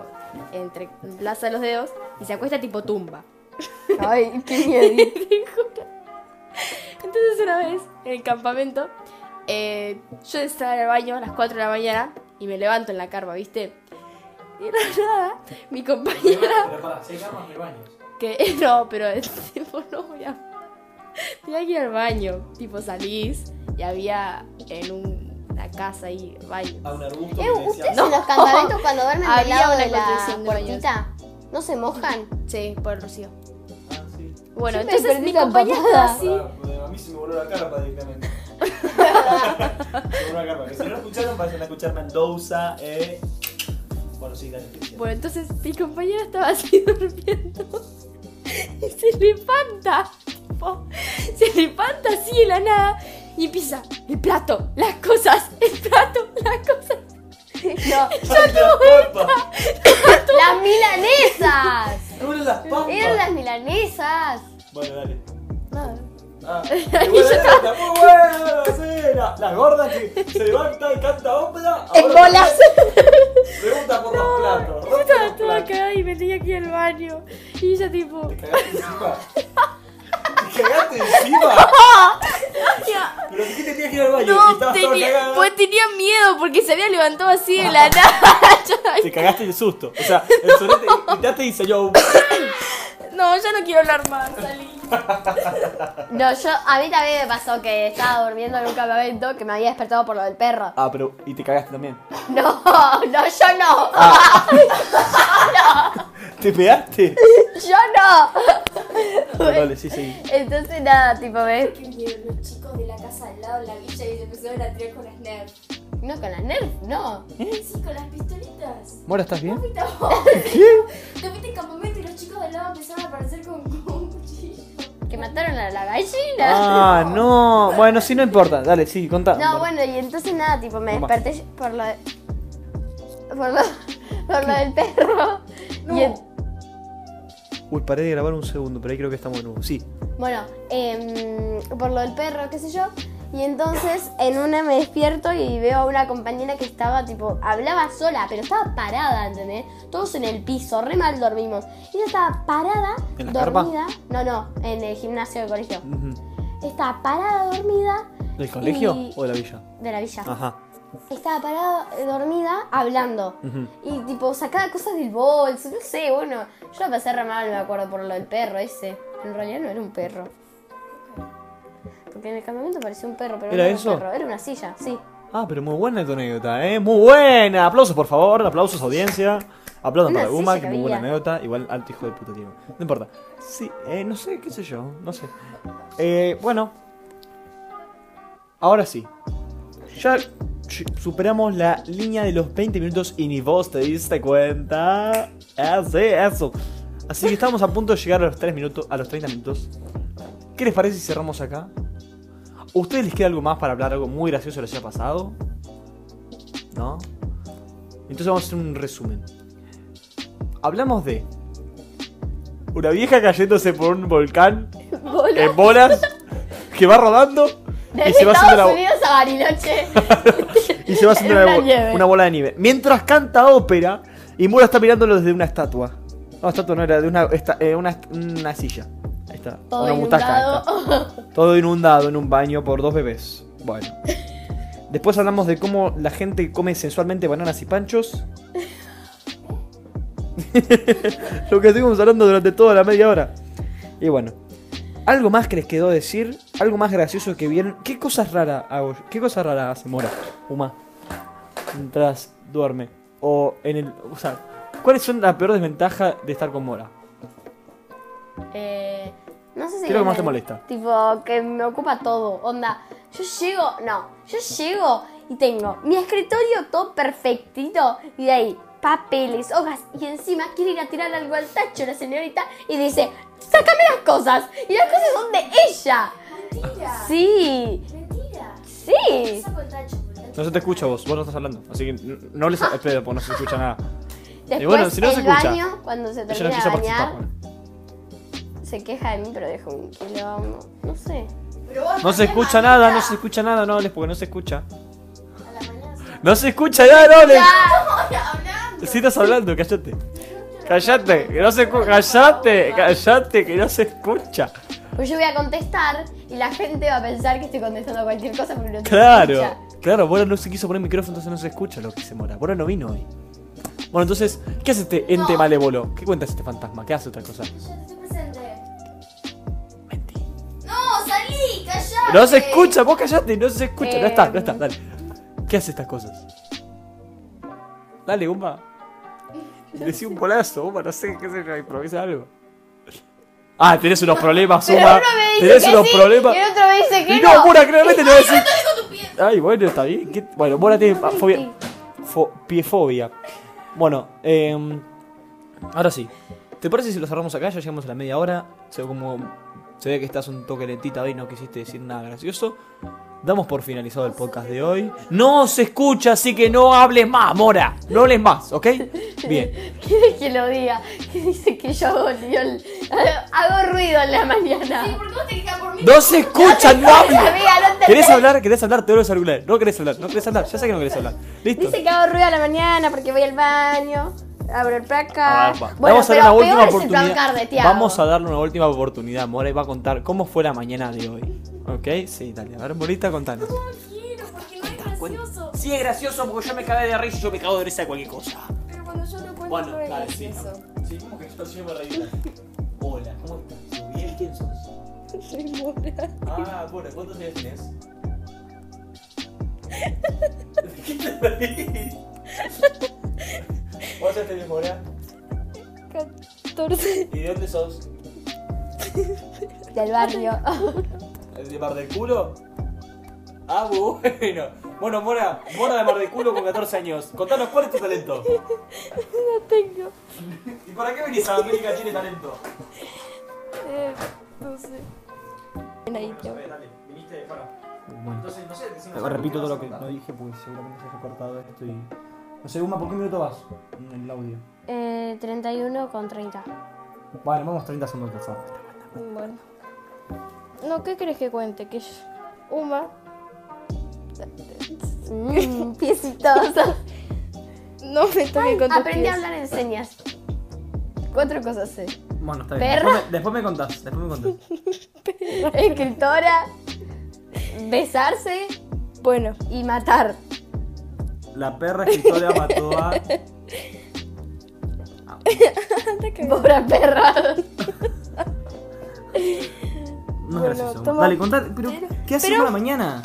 [SPEAKER 3] entre plaza los dedos y se acuesta tipo tumba.
[SPEAKER 2] Ay, qué miedo.
[SPEAKER 3] Te juro. Entonces una vez, en el campamento, eh, yo estaba en el baño a las 4 de la mañana y me levanto en la carpa, ¿viste? Y de la nada, mi compañera, que no, pero tipo, no voy a... Tenía que ir al baño, tipo salís y había en un- una casa ahí baño.
[SPEAKER 1] Ah,
[SPEAKER 2] Eh, ¿Ustedes
[SPEAKER 3] No.
[SPEAKER 2] en los campamentos cuando duermen del
[SPEAKER 3] Había
[SPEAKER 2] lado
[SPEAKER 3] una
[SPEAKER 2] de la
[SPEAKER 3] construcción de baños.
[SPEAKER 2] puertita no se mojan?
[SPEAKER 3] Sí, por el rocío. Bueno,
[SPEAKER 2] Yo me
[SPEAKER 3] entonces
[SPEAKER 2] perdí
[SPEAKER 3] mi
[SPEAKER 2] la
[SPEAKER 3] compañera
[SPEAKER 2] papada.
[SPEAKER 3] estaba así.
[SPEAKER 1] Ah, pues, A mí se me voló la carpa directamente. se me voló la carpa. Que si no lo escucharon, vayan a escuchar Mendoza. Eh. Bueno, sí, dale.
[SPEAKER 3] Bueno, entonces mi compañera estaba así durmiendo y se levanta. tipo, se levanta así de la nada y empieza el plato, las cosas, el plato, las cosas.
[SPEAKER 2] No,
[SPEAKER 1] las papas!
[SPEAKER 2] las milanesas.
[SPEAKER 1] ¡Eran las papas!
[SPEAKER 2] Eran las milanesas.
[SPEAKER 1] Bueno, dale.
[SPEAKER 2] No.
[SPEAKER 1] Ah, y bueno, está muy bueno, sí, la- las gordas que se levantan y canta ópera. ahora
[SPEAKER 2] En bolas.
[SPEAKER 1] Pregunta por los platos.
[SPEAKER 3] Yo
[SPEAKER 1] rompe
[SPEAKER 3] estaba
[SPEAKER 1] los
[SPEAKER 3] toda
[SPEAKER 1] platos.
[SPEAKER 3] cagada y me tenía que ir al baño. Y ella tipo.
[SPEAKER 1] ¿Te cagaste encima? ¿Te cagaste encima? ¿Pero por qué te tenías que ir al baño? y
[SPEAKER 3] No,
[SPEAKER 1] estabas toda
[SPEAKER 3] tenía,
[SPEAKER 1] cagada.
[SPEAKER 3] pues tenía miedo porque se había levantado así de la nada.
[SPEAKER 1] Te cagaste de susto. O sea, el sonete gritaste y salió un...
[SPEAKER 3] No, ya no quiero hablar más, salí.
[SPEAKER 2] No, yo, a mí también me pasó que estaba durmiendo en un campamento que me había despertado por lo del perro.
[SPEAKER 1] Ah, pero... Y te cagaste también.
[SPEAKER 2] No, no, yo no.
[SPEAKER 1] ¿Te pegaste?
[SPEAKER 2] Yo no.
[SPEAKER 1] Bueno, dale, sí, seguí.
[SPEAKER 2] Entonces nada, tipo, ¿ves?
[SPEAKER 5] Que vinieron los chicos de la casa al lado de la villa y se empezaron a tirar con las nerds.
[SPEAKER 2] No, con la nerf, no.
[SPEAKER 1] ¿Eh?
[SPEAKER 5] Sí, con las pistolitas.
[SPEAKER 1] Mora, ¿estás bien?
[SPEAKER 5] ¿Qué? Te fuiste en campamento y los chicos de al lado empezaron a aparecer con, con un cuchillo.
[SPEAKER 2] Que mataron a la gallina.
[SPEAKER 1] Ah, no. Bueno, sí, no importa. Dale, sí, contá.
[SPEAKER 2] No, bueno, y entonces nada, tipo, me
[SPEAKER 1] Tomá.
[SPEAKER 2] desperté por lo de- Por lo, por lo del perro. Y en-
[SPEAKER 1] Uy, paré de grabar un segundo, pero ahí creo que estamos de nuevo. Sí.
[SPEAKER 2] Bueno, em, por lo del perro, qué sé yo. Y entonces en una me despierto y veo a una compañera que estaba tipo, hablaba sola, pero estaba parada, ¿entendés? Todos en el piso, re mal dormimos. Y ella estaba parada,
[SPEAKER 1] ¿En la carpa?
[SPEAKER 2] dormida. No, no, en el gimnasio del colegio.
[SPEAKER 1] Ujú.
[SPEAKER 2] Estaba parada, dormida.
[SPEAKER 1] Mm. ¿Del colegio
[SPEAKER 2] y-
[SPEAKER 1] o de la villa?
[SPEAKER 2] De la villa.
[SPEAKER 1] Ajá.
[SPEAKER 2] Estaba parada, eh, dormida, hablando.
[SPEAKER 1] Ujú.
[SPEAKER 2] Y tipo, sacaba cosas del bolso, no sé, bueno. Yo la pasé re mal, me acuerdo, por lo del perro ese. En realidad no era un perro. Porque en el campamento parecía un perro, pero
[SPEAKER 1] ¿Era
[SPEAKER 2] no era
[SPEAKER 1] eso?
[SPEAKER 2] un perro, era una silla, sí.
[SPEAKER 1] Ah, pero muy buena tu anécdota, ¿eh? Muy buena. Aplausos, por favor. Aplausos, audiencia. Aplaudan
[SPEAKER 2] Una
[SPEAKER 1] para Guma,
[SPEAKER 2] silla
[SPEAKER 1] que muy buena
[SPEAKER 2] había.
[SPEAKER 1] anécdota. Igual alto hijo de puta tío. No importa. Sí, eh, no sé, qué sé yo. No sé. Eh, bueno. Ahora sí. Ya ch- superamos la línea de los 20 minutos y ni vos te diste cuenta. Así, eso. Así que estamos a punto de llegar a los 3 minutos, a los 30 minutos. ¿Qué les parece si cerramos acá? ¿A ustedes les queda algo más para hablar? ¿Algo muy gracioso les haya pasado? ¿No? Entonces vamos a hacer un resumen. Hablamos de una vieja cayéndose por un volcán en bolas que va rodando y
[SPEAKER 2] Desde
[SPEAKER 1] se va haciendo la,
[SPEAKER 2] Estados Unidos a Bariloche.
[SPEAKER 1] y se va haciendo una,
[SPEAKER 2] En una
[SPEAKER 1] bo-
[SPEAKER 2] nieve.
[SPEAKER 1] una bola de nieve. Mientras canta ópera, y Mora está mirándolo desde una estatua. No, estatua no era, de una, esta- eh, una, una silla. Ahí está.
[SPEAKER 2] Todo
[SPEAKER 1] una butaca.
[SPEAKER 2] inundado.
[SPEAKER 1] esta. Todo inundado en un baño por dos bebés. Bueno. Después hablamos de cómo la gente come sensualmente bananas y panchos. Lo que estuvimos hablando durante toda la media hora. Y bueno. ¿Algo más que les quedó decir? ¿Algo más gracioso que vieron? ¿Qué cosas raras hago yo? ¿Qué cosas raras hace Mora? Uma. Mientras duerme. O en el. O sea, ¿cuáles son las peores desventajas de estar con Mora?
[SPEAKER 2] Eh, no sé si.
[SPEAKER 1] ¿Qué es lo que más te
[SPEAKER 2] entienden.
[SPEAKER 1] molesta?
[SPEAKER 2] Tipo, que me ocupa todo. Onda, yo llego, no, yo llego y tengo mi escritorio todo perfectito y de ahí papeles, hojas y encima quiere ir a tirar algo al tacho la señorita y dice, sácame las cosas y las cosas son de ella.
[SPEAKER 5] ¡Mentira!
[SPEAKER 2] Sí,
[SPEAKER 5] ¡Mentira!
[SPEAKER 2] sí.
[SPEAKER 5] Saco el tacho, el tacho.
[SPEAKER 1] No se te escucha vos, vos no estás hablando. Así que n- no les. Espera, porque no se escucha nada.
[SPEAKER 2] Después
[SPEAKER 1] bueno, si no
[SPEAKER 2] el
[SPEAKER 1] se escucha.
[SPEAKER 2] baño, cuando se
[SPEAKER 1] Ella no
[SPEAKER 2] termina
[SPEAKER 1] quiso
[SPEAKER 2] de
[SPEAKER 1] participar.
[SPEAKER 2] bañar,
[SPEAKER 1] bueno.
[SPEAKER 2] se queja de mí, pero deja un quilombo. No sé.
[SPEAKER 5] Pero vos
[SPEAKER 1] pues. No se
[SPEAKER 5] también,
[SPEAKER 1] escucha
[SPEAKER 5] mamita.
[SPEAKER 1] nada, no se escucha nada, no hables porque no se escucha.
[SPEAKER 5] A la mañana se
[SPEAKER 1] No se escucha nada, no hables.
[SPEAKER 5] hablando.
[SPEAKER 1] Si estás hablando, callate. Callate, que no se escucha. Callate, callate, que no se escucha.
[SPEAKER 2] Pues yo voy a contestar y la gente va a pensar que estoy contestando cualquier cosa porque no te
[SPEAKER 1] Claro,
[SPEAKER 2] escucha.
[SPEAKER 1] claro, Bora no se quiso poner micrófono, entonces no se escucha lo que se mora. Bora no vino hoy. Bueno, entonces, ¿qué hace este ente malévolo? ¿Qué cuenta este fantasma? ¿Qué hace otra cosa?
[SPEAKER 5] Yo te estoy presente.
[SPEAKER 1] Mentí.
[SPEAKER 5] No, salí, callá.
[SPEAKER 1] No se escucha, vos callate, no se escucha. No está, no está,
[SPEAKER 2] Em.
[SPEAKER 1] dale. ¿Qué hace estas cosas? Dale, Gumba. Decí un bolazo, Gumba, no sé, qué sé yo, improvisa algo. Ah, tenés unos problemas,
[SPEAKER 2] Pero
[SPEAKER 1] Gumba.
[SPEAKER 2] uno me dice
[SPEAKER 1] Tenés
[SPEAKER 2] que
[SPEAKER 1] unos
[SPEAKER 2] sí,
[SPEAKER 1] problemas.
[SPEAKER 2] y el otro me dice que
[SPEAKER 1] Y
[SPEAKER 2] no.
[SPEAKER 1] no, Mora, claramente te va a decir. Ay, bueno, está bien. ¿Qué- Bueno, Mora tiene fa- fobia. fo- piefobia. Bueno, eh, ahora sí. ¿Te parece si lo cerramos acá? Ya llegamos a la media hora. Se ve como. Se ve que estás un toque lentita hoy, no quisiste decir nada gracioso. Damos por finalizado el podcast de hoy. No se escucha, así que no hables más, Mora. No hables más, ¿ok? Bien.
[SPEAKER 2] ¿Quieres que lo diga? Que dice que yo hago, lío en- hago ruido en la mañana.
[SPEAKER 5] Sí, porque vos te quejas por mí.
[SPEAKER 1] No se escucha, no hables.
[SPEAKER 2] Amiga, no te-
[SPEAKER 1] ¿Querés hablar? ¿Querés hablar? Te vuelves a celular. No querés hablar, no querés hablar. Ya sé que no querés hablar. Listo.
[SPEAKER 2] Dice que hago ruido a la mañana porque voy al baño, abro el placar.
[SPEAKER 1] Ah, va.
[SPEAKER 2] Bueno,
[SPEAKER 1] Vamos a
[SPEAKER 2] pero
[SPEAKER 1] dar una
[SPEAKER 2] peor
[SPEAKER 1] última
[SPEAKER 2] es el placar de
[SPEAKER 1] oportunidad.
[SPEAKER 2] Tiago.
[SPEAKER 1] Vamos a darle una última oportunidad. Mora y va a contar cómo fue la mañana de hoy. ¿Ok? Sí, dale. A ver, Morita, contanos.
[SPEAKER 5] No quiero, porque no es gracioso.
[SPEAKER 1] Sí, es gracioso porque yo me cagué de risa y yo me cago de risa de cualquier cosa.
[SPEAKER 3] Pero cuando yo lo cuento
[SPEAKER 1] Bueno,
[SPEAKER 3] no es
[SPEAKER 1] dale, sí.
[SPEAKER 3] gracioso.
[SPEAKER 1] Sí, ¿cómo que estás siempre reída? Hola, ¿cómo estás? Bien, ¿quién sos? Soy Mora. Ah, Mora, ¿cuántos años tienes? ¿De qué te reís? ¿Cuántos tenés, Mora?
[SPEAKER 3] 14.
[SPEAKER 1] ¿Y de dónde sos?
[SPEAKER 2] Del barrio.
[SPEAKER 1] ¿De Mar del Culo? Ah, bueno. Bueno, Mora, Mora de Mar del Culo con 14 años. Contanos, ¿cuál es tu talento?
[SPEAKER 3] No tengo.
[SPEAKER 1] ¿Y para qué venís a América Tiene Talento?
[SPEAKER 3] Eh, no sé. Ahí,
[SPEAKER 1] No
[SPEAKER 3] Tiago.
[SPEAKER 1] sé, eh, dale, viniste, bueno.
[SPEAKER 6] Bueno.
[SPEAKER 1] Entonces, no sé, decimos algo
[SPEAKER 6] Repito
[SPEAKER 1] vas
[SPEAKER 6] todo
[SPEAKER 1] a
[SPEAKER 6] lo que no
[SPEAKER 1] contar.
[SPEAKER 6] dije porque seguramente se ha recortado esto y... No sé, Guma, ¿por qué minuto vas en el audio?
[SPEAKER 2] Eh, 31 con 30.
[SPEAKER 6] Bueno, vamos 30 segundos por favor.
[SPEAKER 3] Bueno. No, ¿qué crees que cuente? Que yo- Uma.
[SPEAKER 2] Mm, piecitoso.
[SPEAKER 3] No me toque con tus
[SPEAKER 2] Aprendí a
[SPEAKER 3] pies.
[SPEAKER 2] hablar en señas. Cuatro cosas sé.
[SPEAKER 6] Bueno, está
[SPEAKER 2] bien. Perra.
[SPEAKER 6] Después me, contás, después me contás.
[SPEAKER 2] Escritora, besarse
[SPEAKER 3] Bueno,
[SPEAKER 2] y matar.
[SPEAKER 6] La perra escritora mató a...
[SPEAKER 2] Pobre perra.
[SPEAKER 6] No
[SPEAKER 3] Bueno,
[SPEAKER 6] es gracioso.
[SPEAKER 3] toma.
[SPEAKER 6] Dale, contá, pero ¿qué haces por la mañana?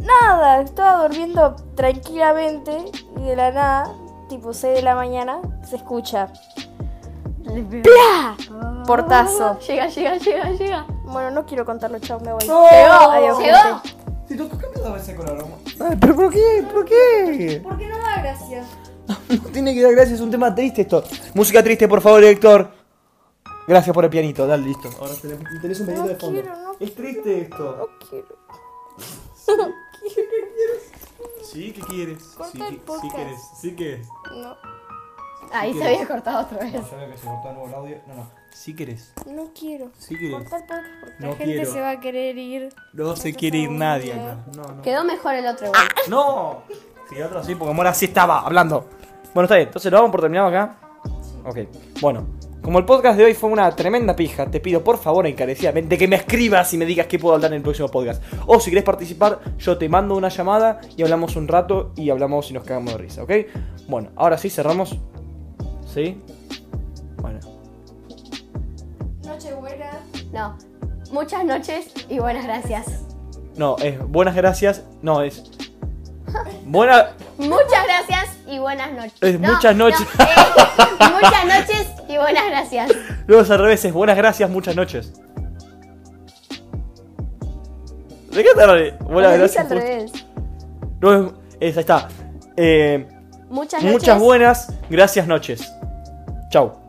[SPEAKER 3] nada, estaba durmiendo tranquilamente y de la nada, tipo 6 de la mañana, se escucha. ¡Pla! Portazo.
[SPEAKER 2] Llega, llega, llega, llega.
[SPEAKER 3] Bueno, no quiero contarlo, chao, me voy.
[SPEAKER 2] Llegó,
[SPEAKER 3] Adiós,
[SPEAKER 2] llegó.
[SPEAKER 3] gente.
[SPEAKER 6] Si tú cambias a veces con aroma. ¿Pero por qué? ¿Por qué?
[SPEAKER 5] Porque no da gracia.
[SPEAKER 6] No tiene que dar gracias, es un tema triste esto. Música triste, por favor, director. Gracias por el pianito, dale, listo. Ahora tenés tenés un pianito de fondo.
[SPEAKER 3] quiero, no
[SPEAKER 6] es triste esto.
[SPEAKER 3] No quiero.
[SPEAKER 1] Sí, ¿qué quieres? Sí,
[SPEAKER 3] Corta el
[SPEAKER 1] que- sí
[SPEAKER 3] podcast.
[SPEAKER 1] quieres, sí quieres.
[SPEAKER 3] No,
[SPEAKER 2] Ahí se había cortado otra vez.
[SPEAKER 6] Ya veo que se cortó de nuevo el audio. No, no.
[SPEAKER 1] Sí quieres,
[SPEAKER 3] no quiero.
[SPEAKER 1] sí quieres.
[SPEAKER 3] Cortar podcast porque
[SPEAKER 1] No
[SPEAKER 3] la gente
[SPEAKER 1] quiero.
[SPEAKER 3] se va a querer ir.
[SPEAKER 1] No se quiere ir nadie acá.
[SPEAKER 3] ¿eh?
[SPEAKER 6] No, no.
[SPEAKER 2] Quedó mejor el otro
[SPEAKER 3] Ah.
[SPEAKER 2] igual.
[SPEAKER 6] ¡No! Sí, otro sí, porque Mora sí estaba hablando. Bueno, está bien, entonces lo damos por terminado acá. Ok, bueno. Como el podcast de hoy fue una tremenda pija, te pido por favor encarecidamente que me escribas y me digas qué puedo hablar en el próximo podcast. O si querés participar, yo te mando una llamada y hablamos un rato y hablamos y nos cagamos de risa, ¿ok? Bueno, ahora sí cerramos. ¿Sí? Bueno.
[SPEAKER 3] Nochebuena.
[SPEAKER 2] No. Muchas noches y buenas gracias.
[SPEAKER 6] No, es buenas gracias. No, es. Buena.
[SPEAKER 2] Muchas gracias y buenas noches.
[SPEAKER 6] Es muchas noches.
[SPEAKER 2] no, eh, muchas noches y buenas gracias.
[SPEAKER 6] Luego es al revés, es buenas gracias, muchas noches. ¿De qué te ríes? Buenas
[SPEAKER 2] Lo dije
[SPEAKER 6] gracias.
[SPEAKER 2] al
[SPEAKER 6] muchas-
[SPEAKER 2] revés.
[SPEAKER 6] No, es, es- ahí está. Eh,
[SPEAKER 2] Muchas noches.
[SPEAKER 6] muchas buenas, gracias noches. Chau.